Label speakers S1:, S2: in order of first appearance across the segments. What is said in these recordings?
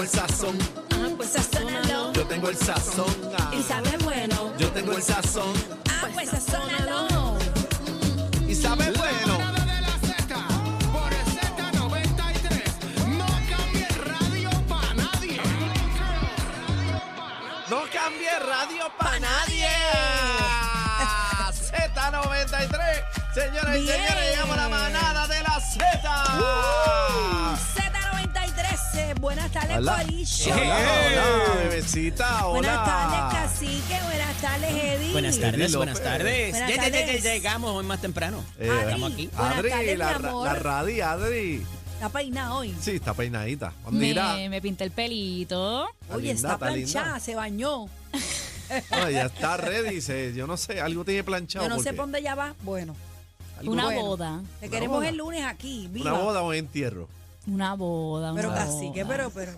S1: el sazón,
S2: Ah, pues sazónalo.
S1: yo tengo el sazón. ah.
S2: Y sabe bueno.
S1: Yo tengo el sazón
S2: Ah, pues sazónalo.
S1: y sabe bueno.
S3: Una de la Z por el Z93. No cambie el radio para nadie.
S1: No cambie radio para nadie. Z93. Señoras y
S2: Bien. Uh.
S1: señores, llegamos a la manada de la Z.
S2: Z93. eh, Buenas tardes, Corillo.
S1: Hola, hola, bebecita. Hola.
S2: Buenas tardes, Cacique. Buenas tardes, Eddie.
S4: Buenas
S1: López.
S4: tardes, buenas tardes.
S2: Buenas
S4: Ya, ya, ya, ya,
S2: tardes.
S4: llegamos hoy más temprano. Ah,
S1: Eh,
S4: Estamos aquí.
S2: Buenas
S1: Adri,
S2: tardes,
S1: la,
S2: mi
S1: ra-
S2: amor.
S1: la Radi, Adri.
S2: Está peinada hoy.
S1: Sí, está peinadita. ¿Dónde irá?
S5: Me, me pinté el pelito.
S1: Está
S2: Oye, está
S1: linda, está linda.
S2: planchada, se bañó.
S1: No, ya está ready. se- yo no sé, algo tiene planchado.
S2: Yo no sé
S1: porque
S2: por dónde ella va. Bueno,
S1: algo-
S5: Una
S2: Bueno.
S5: boda.
S2: te
S1: Una
S2: queremos
S1: boda.
S2: el lunes aquí, viva.
S1: Una boda o un entierro.
S5: Una boda.
S2: Pero
S5: una
S2: Cacique,
S5: boda.
S2: pero, pero,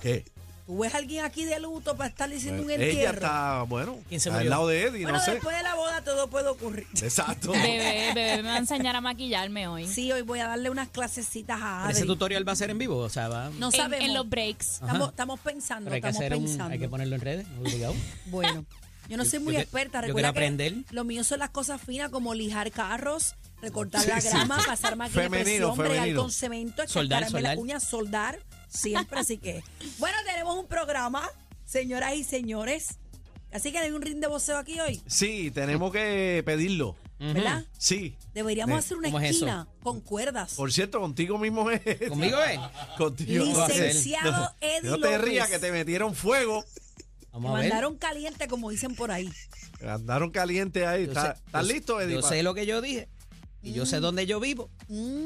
S1: ¿Qué?
S2: tú ves a alguien aquí de luto para estar diciendo un
S1: Ella
S2: entierro.
S1: está, bueno,
S4: ¿Quién se
S1: al
S4: murió?
S1: lado de Eddie,
S2: bueno,
S1: no sé.
S2: después de la boda todo puede ocurrir.
S1: Exacto.
S5: Bebé, bebé me va a enseñar a maquillarme hoy.
S2: Sí, hoy voy a darle unas clasecitas a
S4: Ese
S2: Adri.
S4: tutorial va a ser en vivo, o sea, va.
S2: No
S5: en,
S2: sabemos.
S5: en los breaks.
S4: Ajá.
S2: Estamos, estamos pensando,
S4: pero hay que
S2: estamos
S4: hacer un,
S2: pensando.
S4: hay que ponerlo en redes, obligado.
S2: Bueno, yo no soy muy
S4: yo que-
S2: experta.
S4: yo
S2: Recuerda
S4: quiero aprender.
S2: Que lo mío son las cosas finas como lijar carros, recortar la grama, pasar máquina de
S1: Femenino,
S2: presión, bregar
S1: femenino.
S2: con cemento,
S4: Soldar,
S2: escarparme las
S4: soldar.
S2: uñas, soldar, siempre. así que, bueno, tenemos un programa, señoras y señores. Así que hay un ring de voceo aquí hoy,
S1: Sí, tenemos que pedirlo.
S2: ¿verdad?
S1: Sí.
S2: Deberíamos
S1: Eh,
S2: hacer una
S4: ¿cómo es eso?
S2: esquina con cuerdas.
S1: Por cierto, contigo mismo es.
S4: ¿Conmigo es?
S1: Contigo.
S4: lo voy a hacer.
S2: Licenciado Eddie
S1: No te
S2: López.
S1: rías que te metieron fuego.
S2: Me
S4: Vamos a ver.
S2: mandaron caliente, como dicen por ahí.
S1: Andaron caliente ahí.
S4: Yo
S1: ¿Estás
S4: sé-
S1: estás
S4: yo sé-
S1: listo, Eddie?
S4: Yo
S1: pa-
S4: sé lo que yo dije y yo sé dónde yo vivo.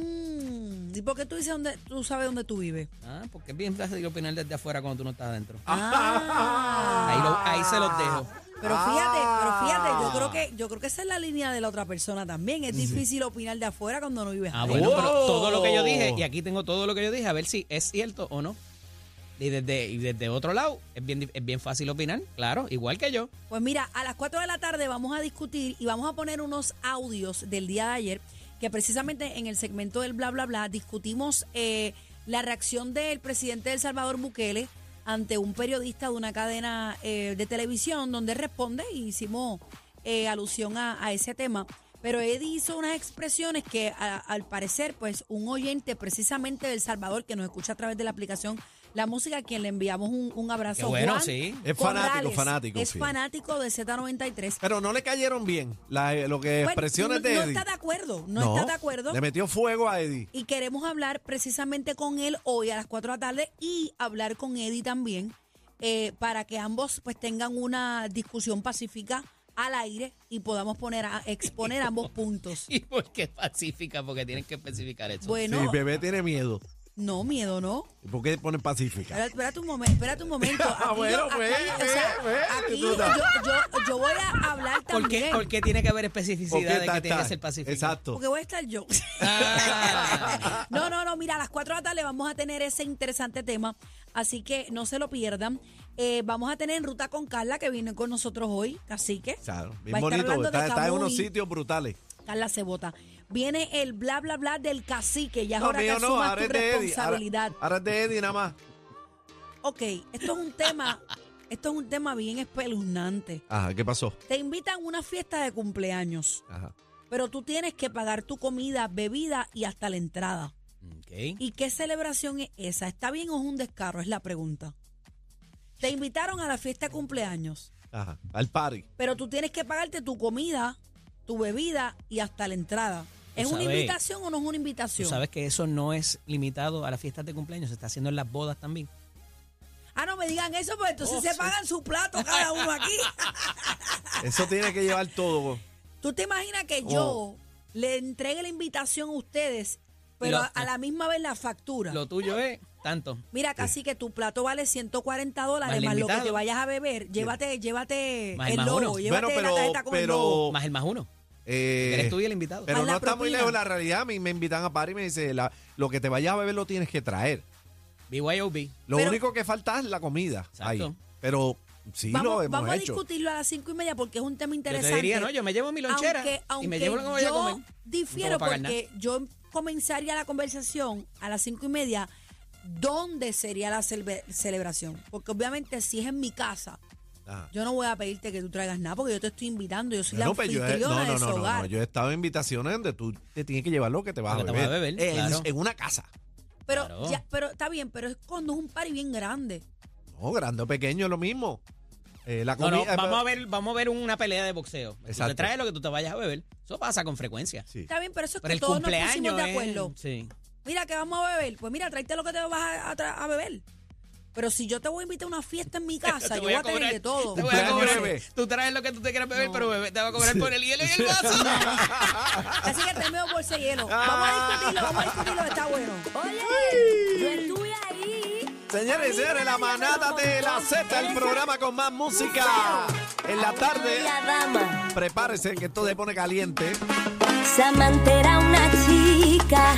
S2: Mm, ¿Y por qué tú dices dónde, tú sabes dónde tú vives?
S4: Ah, porque es bien fácil opinar desde afuera cuando tú no estás adentro.
S2: Ah.
S4: Ahí, lo- ahí se los dejo.
S2: Pero fíjate, pero fíjate, yo creo que yo creo que esa es la línea de la otra persona también. Es difícil opinar de afuera cuando no vives
S4: Ah,
S2: ahí.
S4: bueno, pero
S1: ¡Wow!
S4: todo lo que yo dije, y aquí tengo todo lo que yo dije, a ver si es cierto o no. Y desde, y desde otro lado, es bien, dif- es bien fácil opinar, claro, igual que yo.
S2: Pues mira, a las 4 de la tarde vamos a discutir y vamos a poner unos audios del día de ayer que precisamente en el segmento del bla bla bla discutimos eh, la reacción del presidente de El Salvador Bukele ante un periodista de una cadena eh, de televisión donde él responde y hicimos eh, alusión a, a ese tema. Pero Eddie hizo unas expresiones que a- al parecer pues un oyente precisamente del Salvador que nos escucha a través de la aplicación La Música, a quien le enviamos un, un abrazo.
S4: Qué bueno,
S2: Juan
S4: sí.
S1: Es fanático,
S2: Corrales,
S1: fanático,
S2: Es
S1: sí.
S2: fanático de Z93.
S1: Pero no le cayeron bien la- eh, lo que
S2: Bueno,
S1: expresiones
S2: no,
S1: de
S2: no
S1: Eddie.
S2: está de acuerdo, no, está de acuerdo.
S1: Le metió fuego a Eddie.
S2: Y queremos hablar precisamente con él hoy a las 4 de la tarde y hablar con Eddie también eh, para que ambos pues tengan una discusión pacífica al aire y podamos poner a, exponer ambos puntos.
S4: ¿Y por qué pacífica? Porque tienen que especificar eso.
S2: Bueno,
S1: Sí, bebé tiene miedo.
S2: no, miedo, no.
S1: ¿Por qué ponen pacífica?
S2: Espera- Espérate un momento, espérate un momento.
S1: Ah,
S2: Aquí
S1: bueno,
S2: yo,
S1: ve,
S2: aquí, o
S1: ve,
S2: sea,
S1: ve,
S2: aquí
S1: tú
S2: yo,
S1: estás-
S2: yo- yo voy a hablar
S4: ¿Por qué,
S2: también.
S4: por qué tiene que haber especificidad de
S1: está-
S4: que tiene que
S1: está?
S4: ser pacífica?
S1: Exacto.
S2: Porque voy a estar yo.
S4: Ah.
S2: No, no, no, mira, a las 4 de la tarde vamos a tener ese interesante tema, así que no se lo pierdan. Eh, vamos a tener en ruta con Carla, que viene con nosotros hoy, así que
S1: Claro,
S2: va a
S1: bien
S2: estar
S1: bonito.
S2: hablando de
S1: Está, está en
S2: Camuy.
S1: unos sitios brutales.
S2: Carla se vota. Viene el bla, bla, bla del cacique, ya es hora que
S1: mío
S2: asumas
S1: ahora
S2: tu
S1: es de Eddie.
S2: responsabilidad.
S1: Ahora, ahora es de Eddie nada más.
S2: Ok, esto es un tema, esto es un tema bien espeluznante.
S1: Ajá, ¿qué pasó?
S2: Te invitan a una fiesta de cumpleaños,
S1: Ajá.
S2: pero tú tienes que pagar tu comida, bebida y hasta la entrada.
S4: Ok.
S2: ¿Y qué celebración es esa? ¿Está bien o es un descaro? Es la pregunta. Te invitaron a la fiesta de cumpleaños,
S1: Ajá. Al party.
S2: pero tú tienes que pagarte tu comida, tu bebida y hasta la entrada. ¿Es
S4: Tú
S2: una
S4: sabes-
S2: invitación o no es una
S4: Tú
S2: invitación?
S4: sabes que eso no es limitado a las fiestas de cumpleaños, se está haciendo en las bodas también.
S2: Ah, no me digan eso, porque entonces
S4: Oh,
S2: se
S4: sí.
S2: pagan su plato cada uno aquí.
S1: Eso tiene que llevar todo.
S2: ¿Tú te imaginas que
S4: Oh.
S2: yo le entregue la invitación a ustedes, pero
S4: Lo-
S2: a, a la misma vez la factura?
S4: Lo tuyo es tanto.
S2: Mira, casi que tu plato vale 140 dólares,
S4: Más el
S2: más, lo que
S4: invitado.
S2: te vayas a beber. Llévate, llévate
S4: Más el
S2: el
S4: más
S2: logo,
S4: uno.
S2: llévate
S1: Bueno,
S2: la
S1: pero-
S2: tarjeta con el
S1: pero-
S2: logo.
S1: Oh.
S4: Más el más uno.
S1: Eh,
S4: Eres tú y el invitado.
S1: Pero
S2: Haz la
S1: no está muy
S2: propina.
S1: lejos la realidad. Me, me invitan a party y me dicen, la- lo que te vayas a beber lo tienes que traer.
S4: BYOB.
S1: Lo
S2: Pero-
S1: único que falta es la comida.
S4: Exacto.
S1: Ahí. Pero sí lo
S2: vamos,
S1: hemos
S2: vamos a
S1: hecho.
S2: discutirlo a las cinco y media porque es un tema
S4: Yo
S2: interesante.
S4: te diría, no, yo me llevo mi lonchera
S2: aunque,
S4: y me
S2: aunque
S4: llevo lo que me voy a
S2: yo
S4: comer. No voy
S2: difiero
S4: a pagar nada.
S2: porque yo comenzaría la conversación a las cinco y media dónde sería la celebe- celebración. Porque obviamente si es en mi casa,
S1: Ajá.
S2: yo no voy a pedirte que tú traigas nada porque yo te estoy invitando, yo soy
S1: Bueno,
S2: la
S1: pues yo he-
S2: anfitriona
S1: no,
S2: de
S1: no,
S2: ese
S1: no, no,
S2: hogar.
S1: no, yo he estado en invitaciones donde tú te tienes que llevar lo que te vas,
S4: Lo
S1: a,
S4: que te
S1: beber. Eh,
S4: vas a beber,
S1: En-
S4: claro.
S1: en una casa.
S2: pero
S4: Claro.
S2: ya, pero está bien, pero es cuando es un party bien grande.
S1: No, grande o pequeño es lo mismo. Eh, la
S4: No, no,
S1: comida-
S4: vamos a ver, vamos a ver una pelea de boxeo. Tú
S1: Exacto.
S4: te traes lo que tú te vayas a beber. Eso pasa con frecuencia.
S1: Sí.
S2: Está bien, pero eso es
S4: Pero
S2: que
S4: el
S2: todos nos
S4: cumpleaños
S2: pusimos de
S4: es-
S2: acuerdo.
S4: sí.
S2: Mira, que vamos a beber? Pues mira, tráete lo que te vas a, a tra- a beber. Pero si yo te voy a invitar a una fiesta en mi casa, yo voy a, tener de todo.
S4: Te voy a
S1: Cumpleaños,
S4: cobrar.
S1: bebé.
S4: Tú traes lo que tú te quieras beber, pero bebé te va a cobrar por el hielo y el vaso.
S2: Así que te meo bolsa de hielo.
S4: Ah.
S2: Vamos a discutirlo, vamos a discutirlo, está bueno.
S6: Yo estuve ahí.
S1: Señores y señores, la manada de la Z, el programa con más música. En la tarde,
S6: La dama.
S1: prepárese que esto se pone caliente.
S6: Samantha era una chica